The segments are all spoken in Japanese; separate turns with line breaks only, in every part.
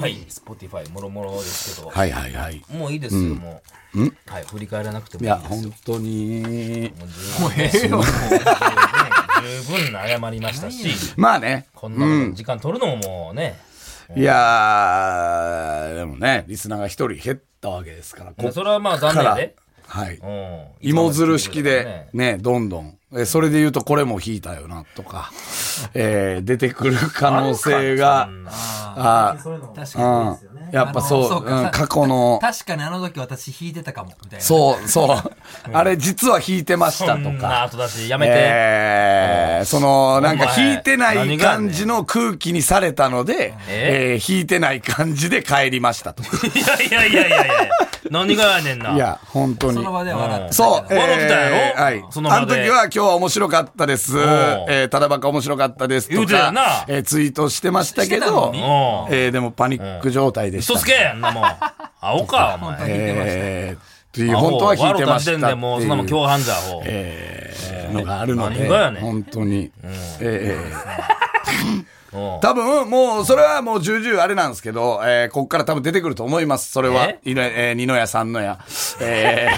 Spotify もろもろですけど、
はいはいはい。
もういいですよ、もう、はい、振り返らなくても
い
いい
や、
ですよ
本当に。
もう十分ですよもう十分謝りましたし
まあね。
こんなこと時間取るのももうね、
いやー、でもね、リスナーが一人減ったわけですから、こ
それはまあ
っか
残念
ら
で、。
はい。
うん、
芋づる式で
ね、
ね、どんどん。えそれで言うと、これも引いたよな、とか、えー出てくる可能性が、あ
そういうの
確かにですよ
う
ね
ん。やっぱ
あの
そう、うん過去の、
確かにあの時私弾いてたかもみたいな
そう、そう。あれ、実は引いてました
そん
と
な
か。
後だしやめて、
えー、その、なんか、
お前
引いてない感じの空気にされたので、
え
えー、引いてない感じで帰りましたとか。
いやいやいやいやいや何がやねんない
や、本当に。
その場では笑ってたけど
そう、
笑ってたやろ
はい。
その場で
あの時は今日は面白かったです。えー、ただばか面白かったです
言
と
うてたよ
か
な、
えー、ツイートしてましたけ
してた
ど、
のに
うん
えー、でもパニック状態でした。
嘘つけやんなもう青かお
本当
前
に弾いてました、
えー、っていう、本当は引いてました
笑うた時点
ってい
でもうそんなもん
う、
共犯者ほう
えー、のがあるの
何
で
がやね、ん
本当に。えー
うん
多分、もう、それはもう重々あれなんですけど、えー、こっから多分出てくると思います。それは
え、
いのえー、二の矢三の矢。え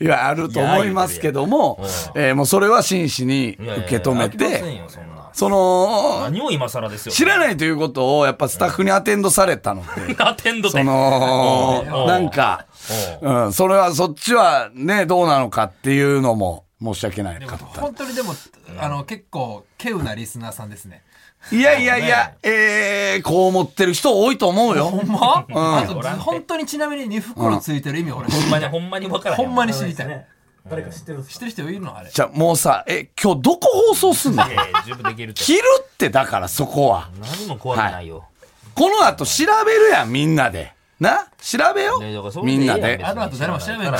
ー、い や、あると思いますけども、えー、もうそれは真摯に
いやいやいや
受け止め
ありません
て、
よそんな
その、
何を今更ですよ
知らないということを、やっぱスタッフにアテンドされたの で、
アテンドで
その、なんか、うん、それは、そっちはね、どうなのかっていうのも、申し訳ないかった。
本当にでもあの結構稀有なリスナーさんですね
いやいやいや、えー、こう思ってる人多いと思うよ。
ほんま、あと本当にちなみに2袋ついてる意味俺知
ほ
り
ん
た
ま
い
にほんまに分からへん
ほんまに知りたい
ね誰か知ってるんで
知
す
っ
か
てる人いるのあれ
じゃあもうさ、え、今日どこ放送 すんの
いやいや十分できるって
切るってだからそこは。
何も怖くないよ、
この後調べるやん、みんなで。な調べよ
ねだから。それでい
みん
いや
なんで。
あの後誰も調べない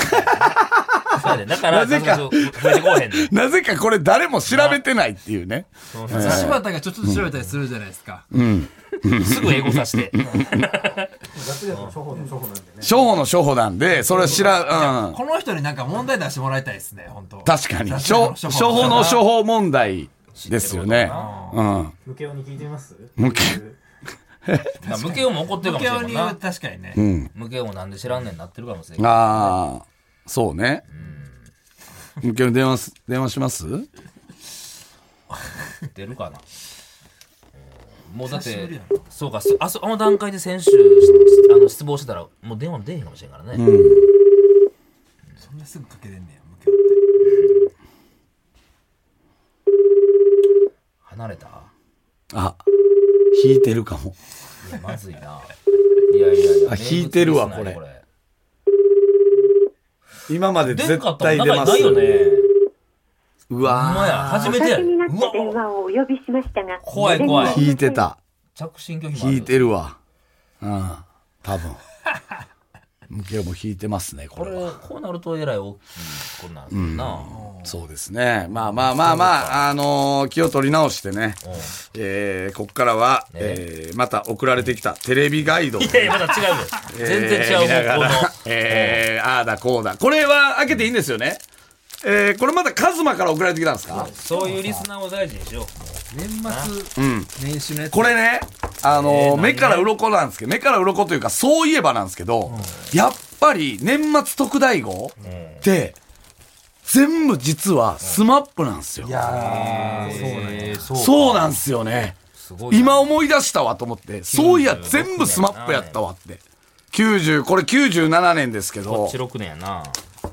そうやでだから
なぜか
そうそう増えてこうへんねん
なぜかこれ誰も調べてないっていうね。
柴田がちょっと調べたりするじゃないですか、
すぐ英語 さして
雑学の処方の処方なんでね
初歩の初歩なんで、それは知ら、うん。
この人になんか問題出してもらいたいですね本当
確かに。
雑
初
学
歩初歩の初歩問題ですよね。うん。
無形に聞いてみます
無形
なムケオも怒ってるかもしれん
東京
もん
に
な
確かにね、
ムケオもなんで知らんねんなってるかもしれん
ああ、そうね。向けに電話す、電話します
出るかなうんもうだっ
久しぶり
て
やな
そうかすあそあの段階で先週あの失望してたらもう電話も出へんかもしれんからね、
そんなすぐかけれんねや向
離れた
あ、引いてるかも。
いやまずいないやいやいや
あ引いてるわ
名物ですな
こ今まで
出ん
絶
かったも
対
ん
出
中
ます。
にないよね
う
ほんま
わ
や初
お
めて
か
や
けになった電
うわ
話をお呼びしましたが、
怖い怖
ー
い
引いてた。
着信拒否もあ
引いてるわ。うん。多 分。向けも引いてますね、こ
こ
れ
れ
は。
こうなるとえらい大きいことなんですよな、
そうですね。まあまあまあまあ、あのー気を取り直してね。えー、こっからは、えー、また送られてきたテレビガイドを。
いやいやまだ違うで全然違う方向の、
えー、ああだこうだ。これは開けていいんですよね。えー、これまたカズマから送られてきたんですか
そういうリスナーを大事にしよう
年末、年始のやつ
これね、あのー
えー何
目から鱗なんですけど、目から鱗というか、そういえばなんですけど、やっぱり年末特大号って、全部実はスマップなんですよ。
えーそう
そうなんですよね。
すごいな
今思い出したわと思って、そういや、全部スマップやったわって。90、これ97年ですけ
こ
ど
っち、6年やな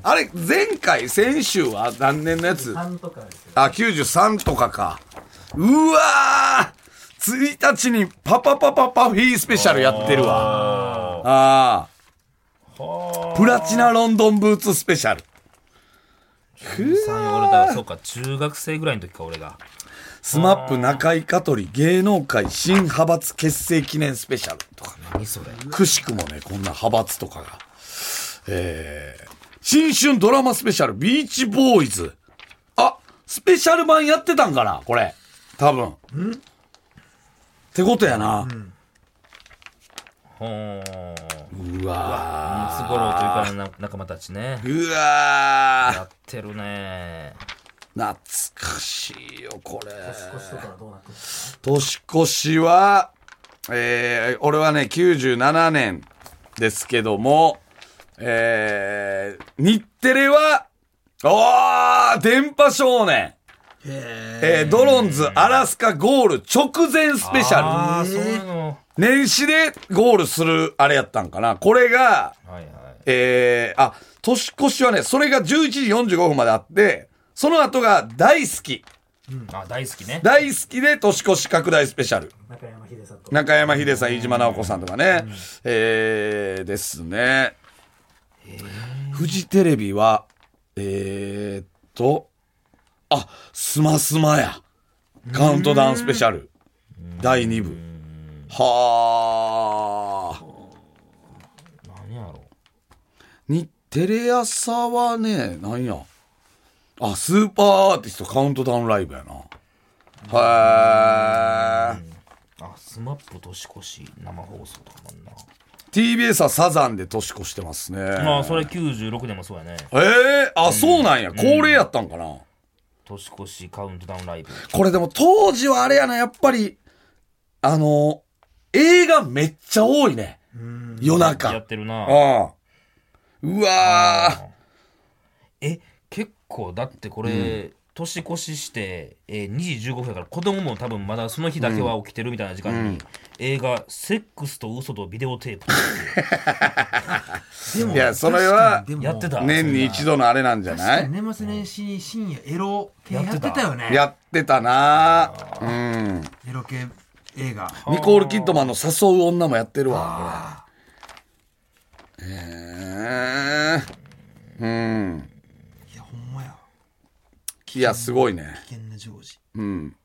あれ、前回、先週は何年のやつ
3とかですよ
あ、93とかか。うわー !1 日にパパパパパフィースペシャルやってるわ。ああ。プラチナロンドンブーツスペシャル。
3俺だそうか中学生ぐらいの時か俺が
スマップ中井香取芸能界新派閥結成記念スペシャルとかね。
何それ
くしくもね、こんな派閥とかが。えー、新春ドラマスペシャルビーチボーイズ。あ、スペシャル版やってたんかなこれ。多分。ってことやな。
ほーんムツ
うわ
ゴロウというかな仲間たちね
ーうわ
やってるね
ー懐かしいよ、これ。
年越しとかはどうなってるんですか
年越しは、えー俺はね、97年ですけども、えー日テレは、おー電波少年えードロンズアラスカゴール直前スペシ
あ
ャ
あ、
ル。
そういうの。
年始でゴールするあれやったんかな。これが、
はいはい。
えーあ、年越しはね、それが11時45分まであって、その後が大好き。
あ、大好きね。
大好きで年越し拡大スペシャル。
中山秀さんと。
中山秀さん、飯島直子さんとかね。えー、ですね。フジテレビは、えー、っと、あ、スマスマや。カウントダウンスペシャル。第2部。はあ。
何やろ
に、テレ朝はね、なんや。あ、スーパーアーティストカウントダウンライブやな。はー。
あ、スマップ年越し生放送とかもあんな。
TBS はサザンで年越してますね。
まあ、それ96年もそうやね。
ええあ、そうなんや。恒例やったんかな。
年越しカウントダウンライブ。
これでも当時はあれやな、やっぱり、あの、映画めっちゃ多いね。夜中。
やってるな。
うんうわ
え結構だってこれ、年越しして、えー2時15分やから子供も多分まだその日だけは起きてるみたいな時間に、映画「セックスと嘘とビデオテープ」
でも
いやそれは
確かにでも
やってた
ー年に一度のあれなんじゃ
確
な
か
い
に年末年始に深夜エロ系
や
や
ってた
ってたよね
やってたなうん。
エロ系映画
ニコール・キッドマンの誘う女もやってるわ、これ。ええうん。
いやほんまや
いや、すごいね。
危険なジョージ
うん。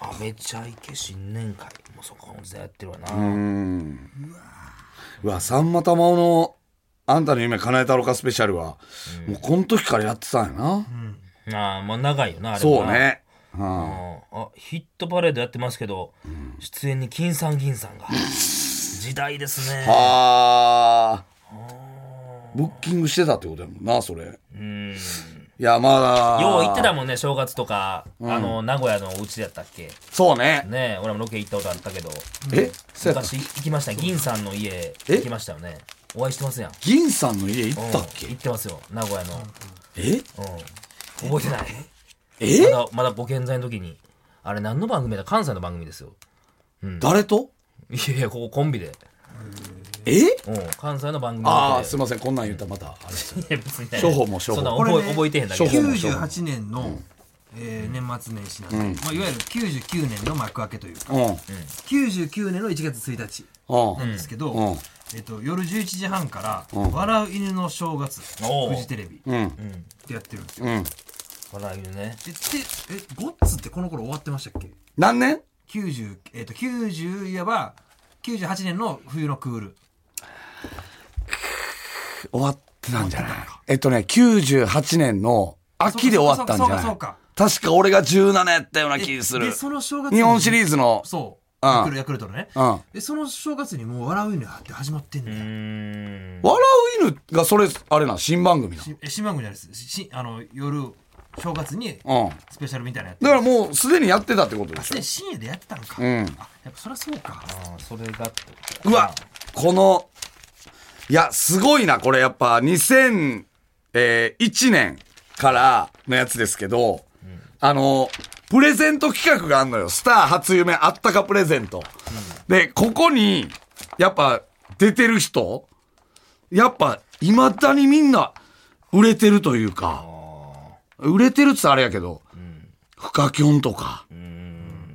あめちゃイケ新年会もうそこの時代やってるわな、
うん。うわ、さんまたまおの、あんたの夢叶えたろかスペシャルは、もうこの時からやってたんやな。
あーまあ長いよなあれも
そう
な
ね。
うんあヒットパレードやってますけど、出演に金さん銀 さんが時代ですね
はあ。ブッキングしてたってことやもんな、それ。
うん
いや、まあ。
よう行ってたもんね正月とか、あの名古屋のお家やったっけ
そうね。
ねえ俺もロケ行ったことあったけど
えそうやった
昔行きました銀さんの家
え
行きましたよねお会いしてますやん
銀さんの家行
うん
ったっけ
行ってますよ名古屋の
え
うん覚えてない
え
まだまだご健在の時にあれ何の番組だ関西の番組ですよ
誰と
いやいやここコンビで
え
うん関西の番組の
ああ、
中です
いません、こんなん言ったらまた。あれ
いや別にね
処方も処方
そんな
こ
覚
れ
え
ね
覚えてへんだけど
処方も
98年の、えー年末年始なんで、まあ、いわゆる99年の幕開けというか
うん。
99年の1月1日
う。
なんんですけど、
うん
えっと、夜11時半から「
ん
笑う犬の正月」
おう
フジテレビ
うん。
でやってるんですよ
うん。
笑いるね
ででえゴッツってこの頃終わってましたっけ
何年
90えっと90いわば98年の冬のクール
終わってたんじゃないえっとね、98年の秋で終わったんじゃない
そうか
確か俺が17やったような気す
で
る。
その正月
日本シリー
ズ
ズの、
そう
うん
ヤクルヤクルトのね
うん
でその正月にもう「笑う犬」って始まってんだ
う
よ
ーん
笑う犬がそれ、あれな、新番組な。
しえ新番組じゃないですしあの夜正月に
うん。
スペシャルみたいなやつ
だからもうすでにやってたってことで
あ
し
す
ょ
でに。深夜でやってたのか、
うん
あやっぱそりゃそうか
あーそれがってこと
うわ、この、いや、すごいな、これやっぱ2001年からのやつですけど、あの、プレゼント企画があんのよ。スター初夢あったかプレゼント。で、ここに、やっぱ出てる人、やっぱ未だにみんな売れてるというか、売れてるっつったらあれやけど、フカキョンとか、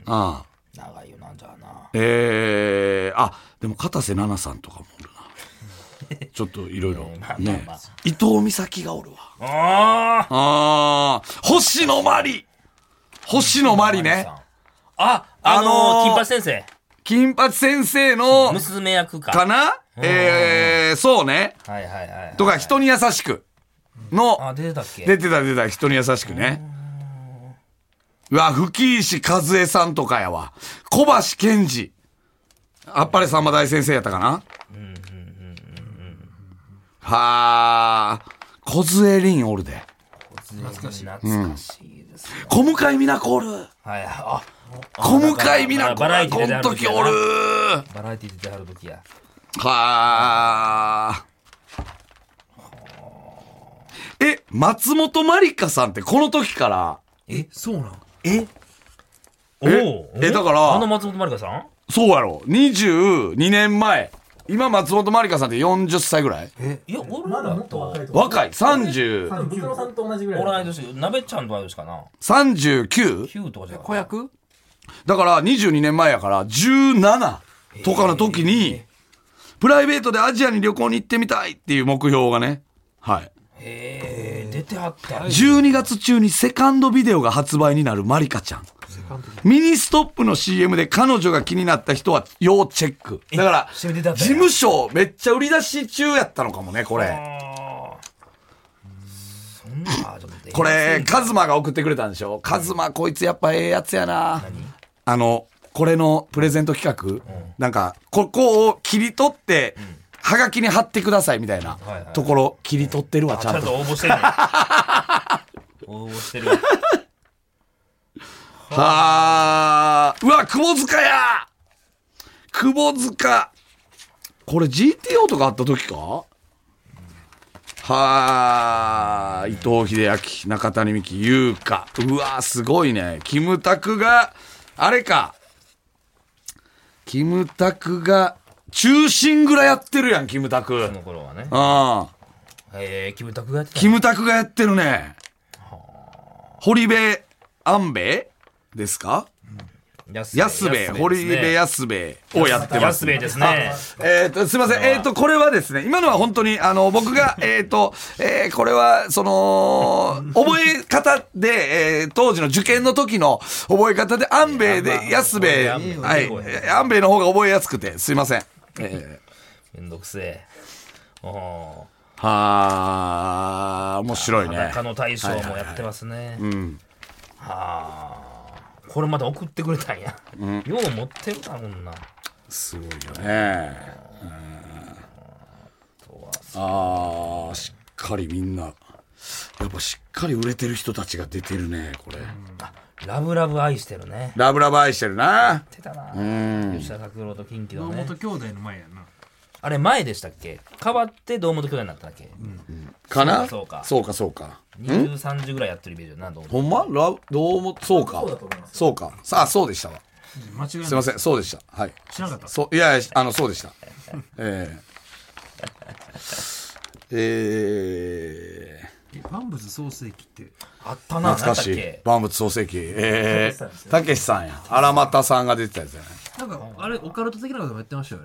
ああ。
長いよなじゃあな
えー、あでも片瀬那奈さんとかもおる なちょっといろいろね伊藤美咲がおるわ
あ
あー星野真里星野真里
あ
ね
ああ
あ
のー
のー
金八先生
金八先生の
娘役か
かなえー、そうね
はいはいはいはい
とか人に優しくの
あ出てたっけ
出てた出てた人に優しくねうわ吹石和恵さんとかやわ小橋健二あっぱれさんま大先生やったかなはあ小杖凛おるで
懐かしい懐かしいですよ
小向井美奈子おる
はいあ
小向井美奈子
バラエティ
こ
で出
ん
会う時
時
やな
おる
バラエティー出てはる時や
はあえ松本まりかさんってこの時から
え、そうなん
えお
え
お
えだから
あの松本まりかさん
そうやろ22年前今松本まりかさんって40歳ぐらい
いや俺
まだ
ら
もっと若い
と
と思う。
若い3039
多分ブクロさんと同じぐらい
俺
だ
ら
と思う。
同い年なべちゃんと同い年かな9とかじゃなかった
役
だから22年前やから17とかの時に、プライベートでアジアに旅行に行ってみたいっていう目標がね、はい。
へえ出てはった
12月中にセカンドビデオが発売になるマリカちゃん。ミニストップの CM で彼女が気になった人は要チェック。だから、
それ
事
でだったんや
務所めっちゃ売り出し中やったのかもね、これ。
あーそんなあちょっと待って
これ、カズマが送ってくれたんでしょカズマこいつやっぱええやつやな。あの、これのプレゼント企画、なんか、ここを切り取って、はがきに貼ってくださいみたいない
はいはい
ところ、切り取ってるわ、ち
ちゃ
ゃ
ん
ん
と
と。
応募してるね応募してる
はあ、うわ、窪塚や窪塚。これ GTO とかあった時かはあ、伊藤英明、中谷美紀、優香。うわ、すごいね。キムタクが、あれか。キムタクが、中心ぐらいやってるやん、キムタク。う
その頃はね
ん。
へえキムタクがやってた
キムタクがやってるね。堀部安兵衛ですか
安
安兵衛、堀部安兵衛をやってます。
安兵衛ですね
えー、とすみません、えー、とこれはですね、今のは本当にあの僕が、えーとえーこれはその覚え方で、えー当時の受験の時の覚え方で、安兵衛で安兵衛、
安兵衛
はい、えー安兵衛の方が覚えやすくて、すみません。えー
めんどくせえお
はあ、面白い
ー
ね。
裸の大将もやってますねはあこれまた送ってくれたんやよう持ってるなこんな
すごいよね。ああ、しっかりみんな、やっぱしっかり売れてる人たちが出てるね、これ。
ラブラブ愛してるね
ラブラブ愛してるな。
出たな吉田拓郎と近畿
堂
のね
本兄弟の前やな。
あれ前でしたっけ変わって堂本兄弟になったんだっけ
かな
そうか
そうか、そうか。
20、30ぐらいやってるイメージだな、どうも
ほんまラどうも、そうか
そうだと思いま。す
そうか。さあ、そうでしたわ。
間違いない。
すいません、そうでした。はい。
知らなかった。
そういやいやあのそうでした。えー、えー
えパンブスソーセーキって。
あったな、
懐かし
なんだっ
い
け。
万物創世記。えー、たけしさんや。荒俣さんが出てたやつやね。
なんか、あれ、オカルト的なこともやってましたよ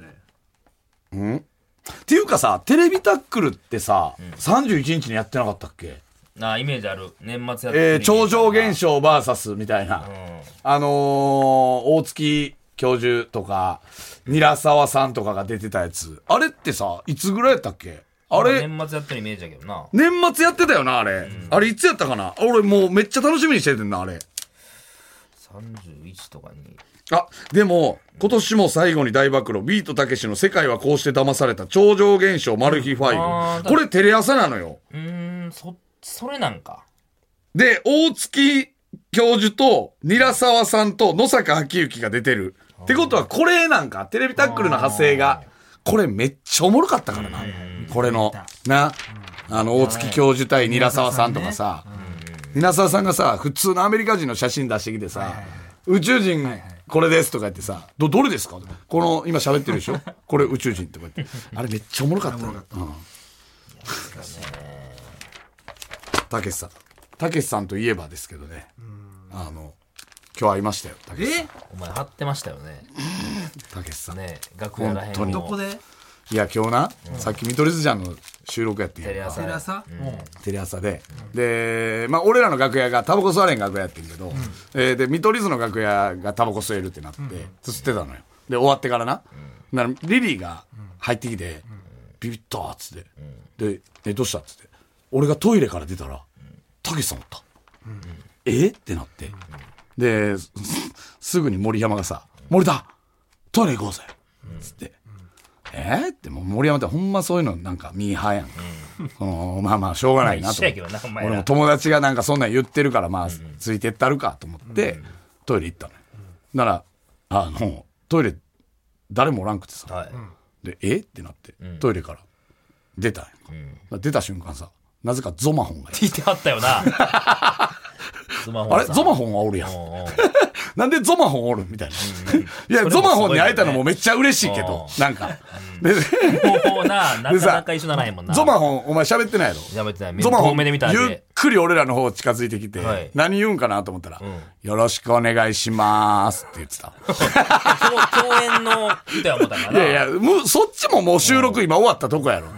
ね。
っていうかさ、テレビタックルってさ、31日にやってなかったっけ
あイメージある。年末やってる
え
イメ
ー、
ジ
超常現象 VS みたいな。あのー、大月教授とか、韮沢さんとかが出てたやつ。あれってさ、いつぐらいやったっけあ
あ
れ、
年末やってるイメージだけどな。
年末やってたよな、あれ。あれいつやったかな俺もうめっちゃ楽しみにしててんな、あれ。
31とかに。
あ、でも、今年も最後に大暴露、ビートたけしの世界はこうして騙された超常現象マル秘ファ
あ
イ
ー
ル。これテレ朝なのよ。
うーん、そ、それなんか。
で、大月教授と、韮沢さんと、野坂昭之が出てる。ってことは、これなんか、テレビタックルの派生が。これめっちゃおもろかったからな。これの、な、あの、大月教授対韮沢さんとかさ、韮沢さんがさ、普通のアメリカ人の写真出してきてさ、宇宙人、これですとか言ってさ、ど、どれですかこの、今喋ってるで しょこれ宇宙人とか言って。あれめっちゃおもろかったよ。うんたけしさん。たけしさんといえばですけどね。あの、今日会いましたよ。たけし
え
お前貼ってましたよね。
たけしさん。
ね楽屋らへ
本当
ん
に
どこ
の
で
いや、今日な、さっき見取り図ちゃんの収録やってんやん
テレ朝
テレ朝うん
テレ朝で、で、まあ、俺らの楽屋がタバコ吸われん楽屋やってんけど、えーで見取り図の楽屋がタバコ吸えるってなって、吸ってたのよで終わってからな,、ならリリーが入ってきて、ビビったっつって、で「えどうした?」っつって俺がトイレから出たらたけしさんおった、えってなって、ですぐに森山がさ「森田トイレ行こうぜ」っつって、えーってもう森山ってほんまそういうのなんかミーハーやんか、そのまあまあしょうがないなと思って
まあ一緒やけどなお前ら
俺も友達がなんかそんなん言ってるからまあついてったるかと思って、トイレ行ったのよ、ならあのトイレ誰もおらんくてさ、
はい。
でえってなってトイレから出たんやんか、だから出た瞬間さなぜかゾマホンがいる
聞いてはった よな。ゾマホ
あれ
さん
ゾマホンはおるやん
おうおう
なんでゾマホンおるみたいな。いや、
それもす
ゾ
ごいよね
マホンに会えたのもめっちゃ嬉しいけど、
う
なんか。で、
もうな、なかなか一緒ならへんもんな。
ゾマホン、お前喋ってないやろ。
やめてない。
ゾマホ
遠目で見た
ン、
ん
ゆっ
で。
くり俺らの方近づいてきて
はい、
何言うんかなと思ったら
ん、
よろしくお願いしますって言ってた。
共共演の人や思ったから
い
な。
やいや、もうそっちももう収録今終わったとこやろって。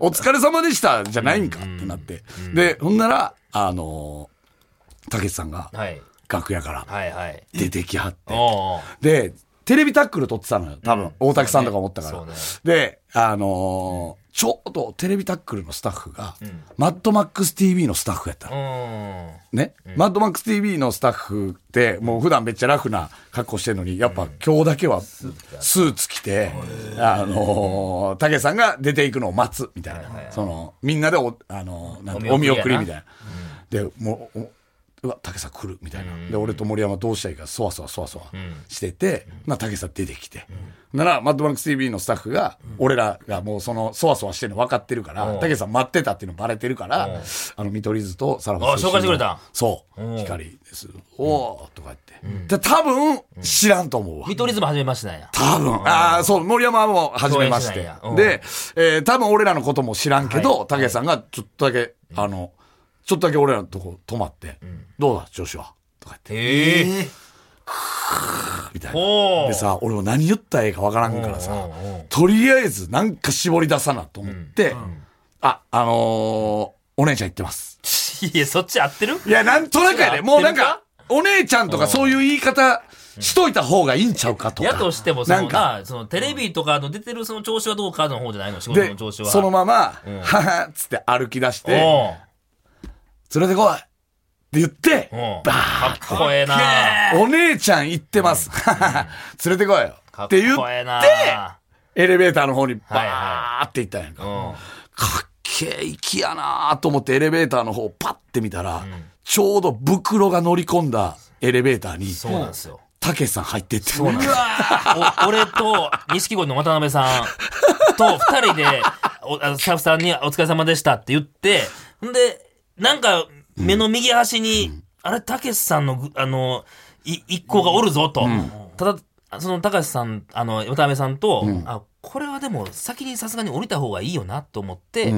お疲れ様でしたじゃないんかってなって。で、ほんなら、あのー、たけしさんが
はい。
楽屋から
はいはい。
出てきはって。
おうおう
で、テレビタックル撮ってたのよ。多分、大竹さんとか思ったから。
そうね
で、あのーちょうどテレビタックルのスタッフが、マッドマックス TV のスタッフやった
う
の。
ん。
ね、マッドマックス TV のスタッフって、もう普段めっちゃラフな格好してるのに、やっぱ今日だけはスーツ着て、あのー、竹さんが出ていくのを待つ、みたいな。その、みんなでお、あのーなんてお
お
見
見
送
送
り
り
みたいな。で、もう、おうわ、竹さん来る、みたいな。で、俺と森山どうしたらいいか、そわそわそわそわしてて、な、竹さん出てきて。なら、マッドマックス TV のスタッフが、俺らがもうその、そわそわしてるの分かってるから、竹さん待ってたっていうのバレてるから、あの、見取り図とさらば
あ紹介してくれた
そう。光です。おおーとか言って。で、多分、知らんと思うわ。
見取り図も始めましたんや。
多分。ああ、そう、森山はもう初めまし
共
て
演してないんやう。ん
で、えー多分俺らのことも知らんけど、武さんがちょっとだけ、あの、ちょっとだけ俺らのとこ泊まって、どうだ、調子は。とか言って、
ええ。
みたい
お
な。
ー
でさ、俺も何言ったらええかわからんから
お
さ
うおう、
とりあえずなんか絞り出さなと思って、あ、あのーお姉ちゃん行ってます。
いや、そっち合ってる
いや、なんとなくやで。
知らん
もうなんか、お姉ちゃんとかそういう言い方しといた方がいいんちゃうかとか。
やとしても、そ
なん
の
か、
な、そのテレビとかの出てるその調子はどうかの方じゃないの仕事
で
の調子、は。
その
ま
まま、ははっつって歩き出して、連れてこいって言って、
うん
バ
かっこええな。
ーンお姉ちゃん行ってます。ははは連れてこいよ。
か
っ
って
言っ
こええな。
エレベーターの方に
はい
バーって行ったんやんか。
うん
かっけえ息やなと思ってエレベーターの方パッて見たら、ちょうど袋が乗り込んだエレベーターに、
そうなんですよ。
たけしさん入ってって。
お俺と錦鯉の渡辺さんと二人でおあのスタッフさんに「お疲れ様でした」って言ってんでなんか目の右端に、あれたけしさんのぐあのい一行がおるぞと、ただそのたかしさんあの渡辺さんと、あこれはでも先にさすがに降りた方がいいよなと思って、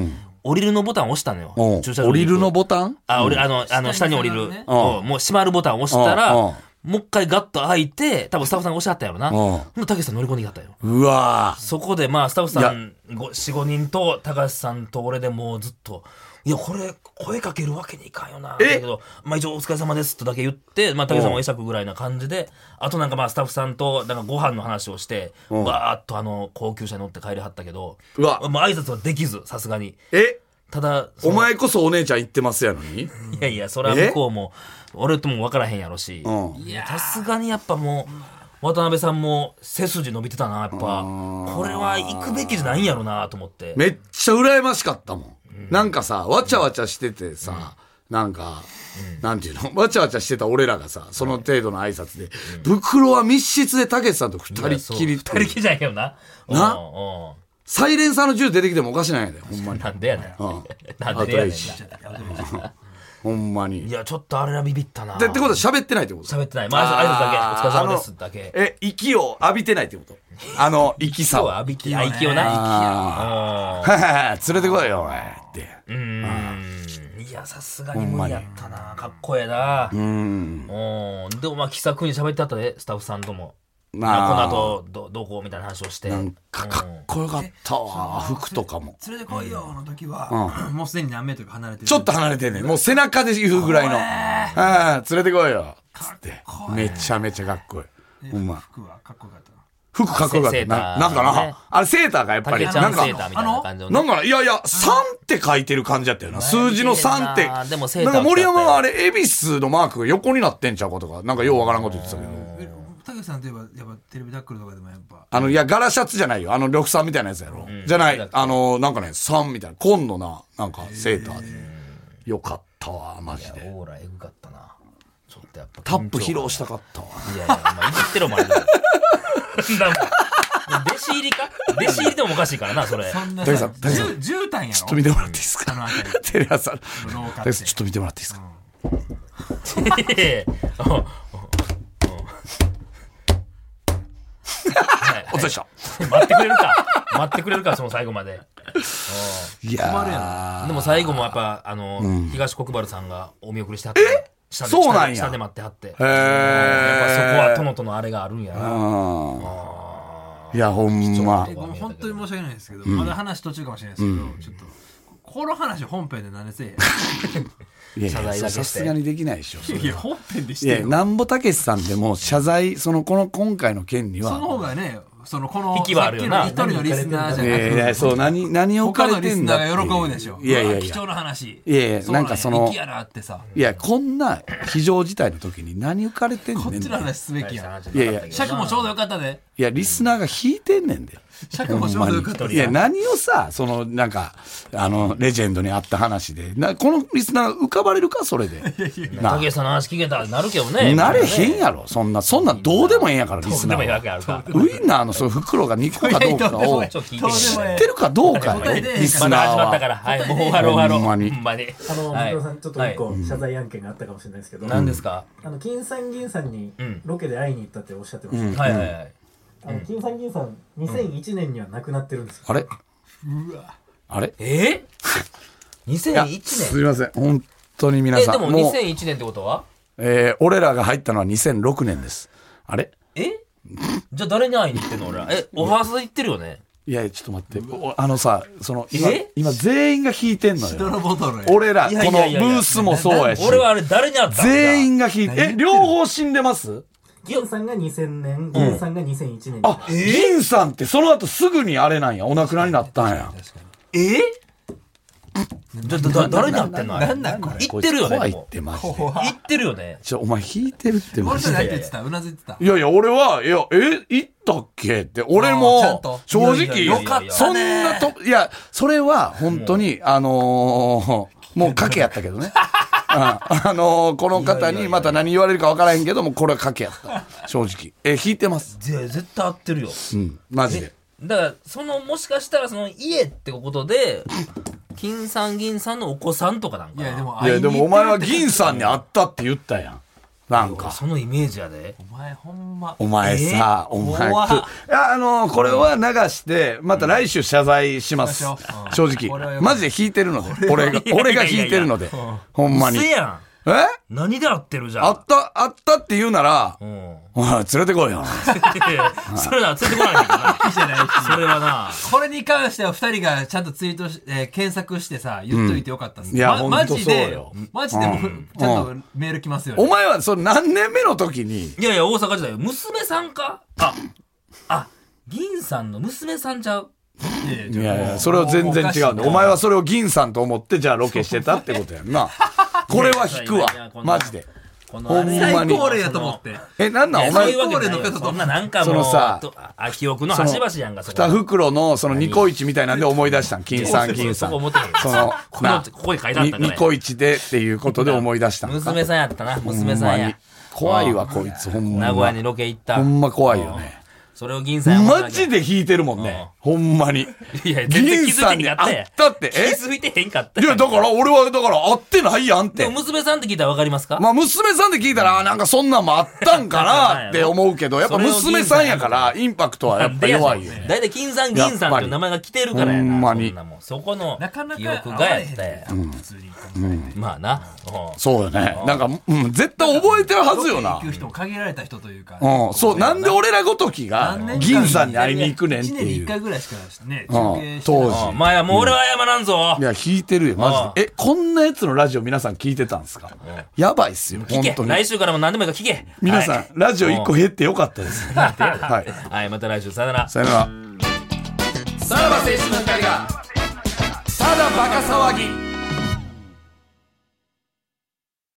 降りるのボタンを押したのよ
うん
駐車場
降
に
り
行く
るのボタン
あ、俺、あの、あの、下
下に
に
降
降
り
り
る
る。
ね
うんもう閉まるボタンを押したら、
うんうん
もう一回ガッと開いて、多分スタッフさんが押しはったんやろな。
ん
ほんでたけしさん乗り込んできはったよ。
うわ
そこで、まあ、スタッフさん、ご4、5人と、たかしさんと俺でもうずっと、いや、これ、声かけるわけにいかんよな。だけど、まあ一応お疲れ様ですとだけ言って、まあ、たけしさんも会釈ぐらいな感じで、あとなんかまあ、スタッフさんと、なんかご飯の話をして、わーっとあの、高級車に乗って帰りはったけど、
うわ
まあ、挨拶はできず、さすがに。
え
ただ、そ
お
の
前こそお姉ちゃん行ってますやのに
いやいや、それは向こうも、俺とも分からへんやろし、
うん
いやさすがにやっぱもう、渡辺さんも背筋伸びてたな、やっぱ。これは行くべきじゃないんやろな、と思って。
めっちゃ羨ましかったもん。なんかさ、わちゃわちゃしててさ、なんか、なんていうのわちゃわちゃしてた俺らがさ、その程度の挨拶で、袋は密室でたけしさんと二
いや
人っきりって
そう二人っきりじゃないけどな。
な
うんうん
サイレンサーの銃出てきてもおかしないんだよ、ほんまに。
なんでやねん。 なん
あと
でやねん
一ほんま
な。
に。
い
で
や、ちょっとあれはビビったな。
ってことは喋ってないってこと
喋ってない。まあ、挨拶だけ。お疲れ様ですだ
あの
け。
え、息を浴びてないってことあの、息さ
今日
を。
は
は
浴びき、あ息をな。
は 連れてこいよ、お前。って。
うんうん。いや、さすがに無理やったな。かっこええな。
うん。
うん。でもまあ、気さくに喋ってあったで、スタッフさんとも。
まあ
この後、ど、どうこうみたいな話をして。
なんかかっこよかったわ、服とかも。
連れてこいよの時は、もうすでに何メートルか離れてる
ちょっと離れてんねん。もう背中で言うぐらいの。ああ、連れてこいよ。つって。めちゃめちゃかっこいい。ほんま。
服はかっこよかったな
服かっこよかっ
セ
た。
ーター
ななんか
ね
な。あれセーターがやっぱ
た
り。
け
な
ちゃ
ん
んセ
か
ーターみたいな感じのね
なんかな、いやいや、3って書いてる感じやったよな。数字の3って。
あーでもセー
な
タ
ん
ー
か森山はあれ、恵比寿のマークが横になってんちゃうかとか、なんかようわからんこと言ってたけど。
えたけしさんといえばやっぱテレビタックルとかでもやっぱ
あの、いや、柄シャツじゃないよ。あの、緑さんみたいなやつやろ。じゃない。あの、なんかね、さんみたいな、紺のな、なんか、セーターで。よかったわ、マジで。
オーラエグかったなちょっとやっぱ
タップ披露したかったわ。
いやいや、まあ、言ってろ、お前。 なんだもん弟子入りか弟子入りでもおかしいからな、それ。
そんな
大さ
さ
ん大さん
絨絨毯やろ
ちょっと見てもらっていいです
あ
か
の辺り
テレ朝の。
廊下
大地
って
さんちょっと見てもらっていいですか
ええおおおはい
お疲れ様でした。
待ってくれるか待ってくれるか、その最後まで。
い
困る
や
でも最後もやっぱ、あの、東国原さんがお見送りしてはって。下で
そうなんや
下で下で待ってはって。やっ
ー。
ぱそこは
へー。
殿とのあれがあるんやな。
うん。いや、ほんま
え。ごめん本当に申し訳ないですけど、まだ話途中かもしれないですけど、ちょっとこの話本編で 何せえ
いやい
謝罪
や
だけし
さ
て
すがにできないでしょ。それ
へんいや本編でし
い
て
や、
よ
なんぼたけしさんでも謝罪、その、この、今回の件には。
その方がねそのこの
引きはあるよな
さっきの一人のリスナーじゃ
い
な
やいや、
くて
そう、何、何を
他
かれ
のリ
て
ス
んだ
ナ
ってい
ー
う
が喜ぶでしょ
いやいや
うわ
い
貴重
や。
な話
いやいや
う
なんかその
息やなってさ
いや、こんな非常事態の時に何浮かれてんねん
こ
って
っちの話すべきや
いやいや
ん尺もちょうどよかったで
いや、リスナーが引いてんねんで。
尺もちょうどよかった
いや、何をさ、その、なんか、あの、レジェンドにあった話で、な、このリスナー浮かばれるか、それで。な
竹内さんの話聞けたらなるけどね。
なれへんやろ、そんな、そんなんどうでもええんやから、リ
リス
ス
ナ
ナ
ーもいい
ー
わ
は。
けあるか。
ウインナーのその袋が2個かどうかを知
ちょ
っ
っと聞いてみて
てるかどうかよ
答え出えへんから
リス
ま
ナ
だ
ー
始まったか
は。
ら、はい、もう終わろう終わろう。
ほんまに
ほんまに。
あの、
は
マ
い
クロさん、ちょっと一個、謝罪案件があったかもしれないですけど、
何ですか、
あの、金さん銀さんに
ん
ロケで会いに行ったっておっしゃってました。
はいはいはい。
あの、金さん銀さん、2001年には亡くなってるんですよ。
あれあれ
えー、
いや
?2001
す
年
いません。本当に皆
え、
さ
で
ん。
も
もう、
2001年ってことは
えー俺らが入ったのは2006年です。あれ
えじゃあ誰に会いに行ってんの俺ら。え、おはさ行ってるよ ね
いや、ちょっと待って。おあのさ、その、今
え、
今全員が引いてんの
シド
よ。
ロボトルや
俺ら、こ
いやい
のブ
やいやいや
ースもそうやし。
俺はあれ誰に会ったんだ
全員が引いて、え、両方死んでます
金さんが2000年、銀さんが2001年に。
あ、銀さんってその後すぐにあれなんや。お亡くなりになったんや。
えじゃあだ誰に会ってんのあれ
なんなんこれ
行ってるよね。
こいつ怖
で
いっ
も
てマジで。
行ってるよね。
ちょ、お前引いてるってマ
俺
ジ
ら
で。
何て言ってたうなずいてた
いやいや、俺は、いや、え、行ったっけって、俺
あーちゃん
も
と、
正直、
いやいやいやよかったね
そんなと、いや、それは、本当に、あのーもう賭けやったけど ね。うんあのーこの方にまた何言われるか分からへんけども、これは賭けやった。正直。え、引いてます。
ぜ絶対会ってるよ。
うん、マジで。
だから、その、もしかしたらその家ってことで、金さん銀さんのお子さんとかなんかな。
いやでも
いや、でもお前は銀
さ
さんに会ったって言ったやん。なん
俺
か。
そのイメージやで。
お前ほんま
お前さ、
え
お前
怖
くいや、あのーこれは流して、また来週謝罪します。
うんしましょううん
正
これは
直。
よく
マジで弾いてるので。俺が、俺が
いやいやいや
弾いてるので。ほんまに。
せ
え
やん。何で会ってるじゃん。
あった、あったって言うなら、
うん。
おい、連れてこいよ。
いやそれは連れてこないといけない。それはな。
これに関しては二人がちゃんとツイートし、えー検索してさ言っといてよかったっす、
うんいやほんと
マジ
そう
で
よ
マジでもう、ちゃんとメール来ますよ、ね
お前は、その何年目の時に、
いやいや、大阪時代。娘さんかあ、あ、銀さんの娘さんちゃう。
いやいや、それは全然違うんだ。お前はそれを銀さんと思って、じゃあロケしてたってことやん な。これは引く
いやいや
わ
こ。んな
マジで。
この
ほんまに
最高齢やと思って
え、なんなん
お
お前
前、わけない
高齢の
よ
方と
そんななんかもう、
そのさ
とあ、記憶の端々やんか、そこ
二袋のそのニコイチみたいなんで思い出したん。金さん、金さん。
そこ表へん
その、
この、ここに書いてあった
ニ
ね
ニ。コイチでっていうことで思い出したのか
娘さんやったな、娘
ほ
さ
ん
ん
ま
や
に。怖いわこいつほんま
名古屋にロケ行った。
ほんま怖いよね
それを銀さんや思った
マ
だけ
ジで引いてるもんねほんまに
いや、全然
銀
気づい
さ
て
ん
へん
に
かった
会
やん
っ。たって
気
え
づいてへんかった
い
やん
やだから俺はだから会ってないやんっ
で
て
も娘さんって聞いたらわかりますか
まあ娘さんで聞いたらあなんかそんなんもあったんか なって思うけどやっぱ娘さんやからインパクトはやっぱ弱いよね
だいたい金さん銀さんっていう名前が来てるからやな。
ほんまに
そなもんそこの
なかなか
記憶がやったやん。
普通に考えて
まあな。うん
そうよねなんかうん絶対覚えてるはずよ
ロ
な
ケ行く人も限られた人というか、
うんそうなんで俺らごときが
何年間
銀さんに会いに行くねんって
1年に
い
1
う
回ぐらいしかね、
うん
中継してない
当時
お前はもう俺は謝らんぞ
い。や、弾いてるよ、マジで。え、こんなやつのラジオ皆さん聞いてたんですかやばいっすよ、
聞
本当
け。
に。
来週からも何でもいいから聞け。
皆さん、ラジオ1個減ってよかったです。はい。
はい。はい、また来週さよなら。
さよなら。さらば青春の光が、ただバカ騒ぎ。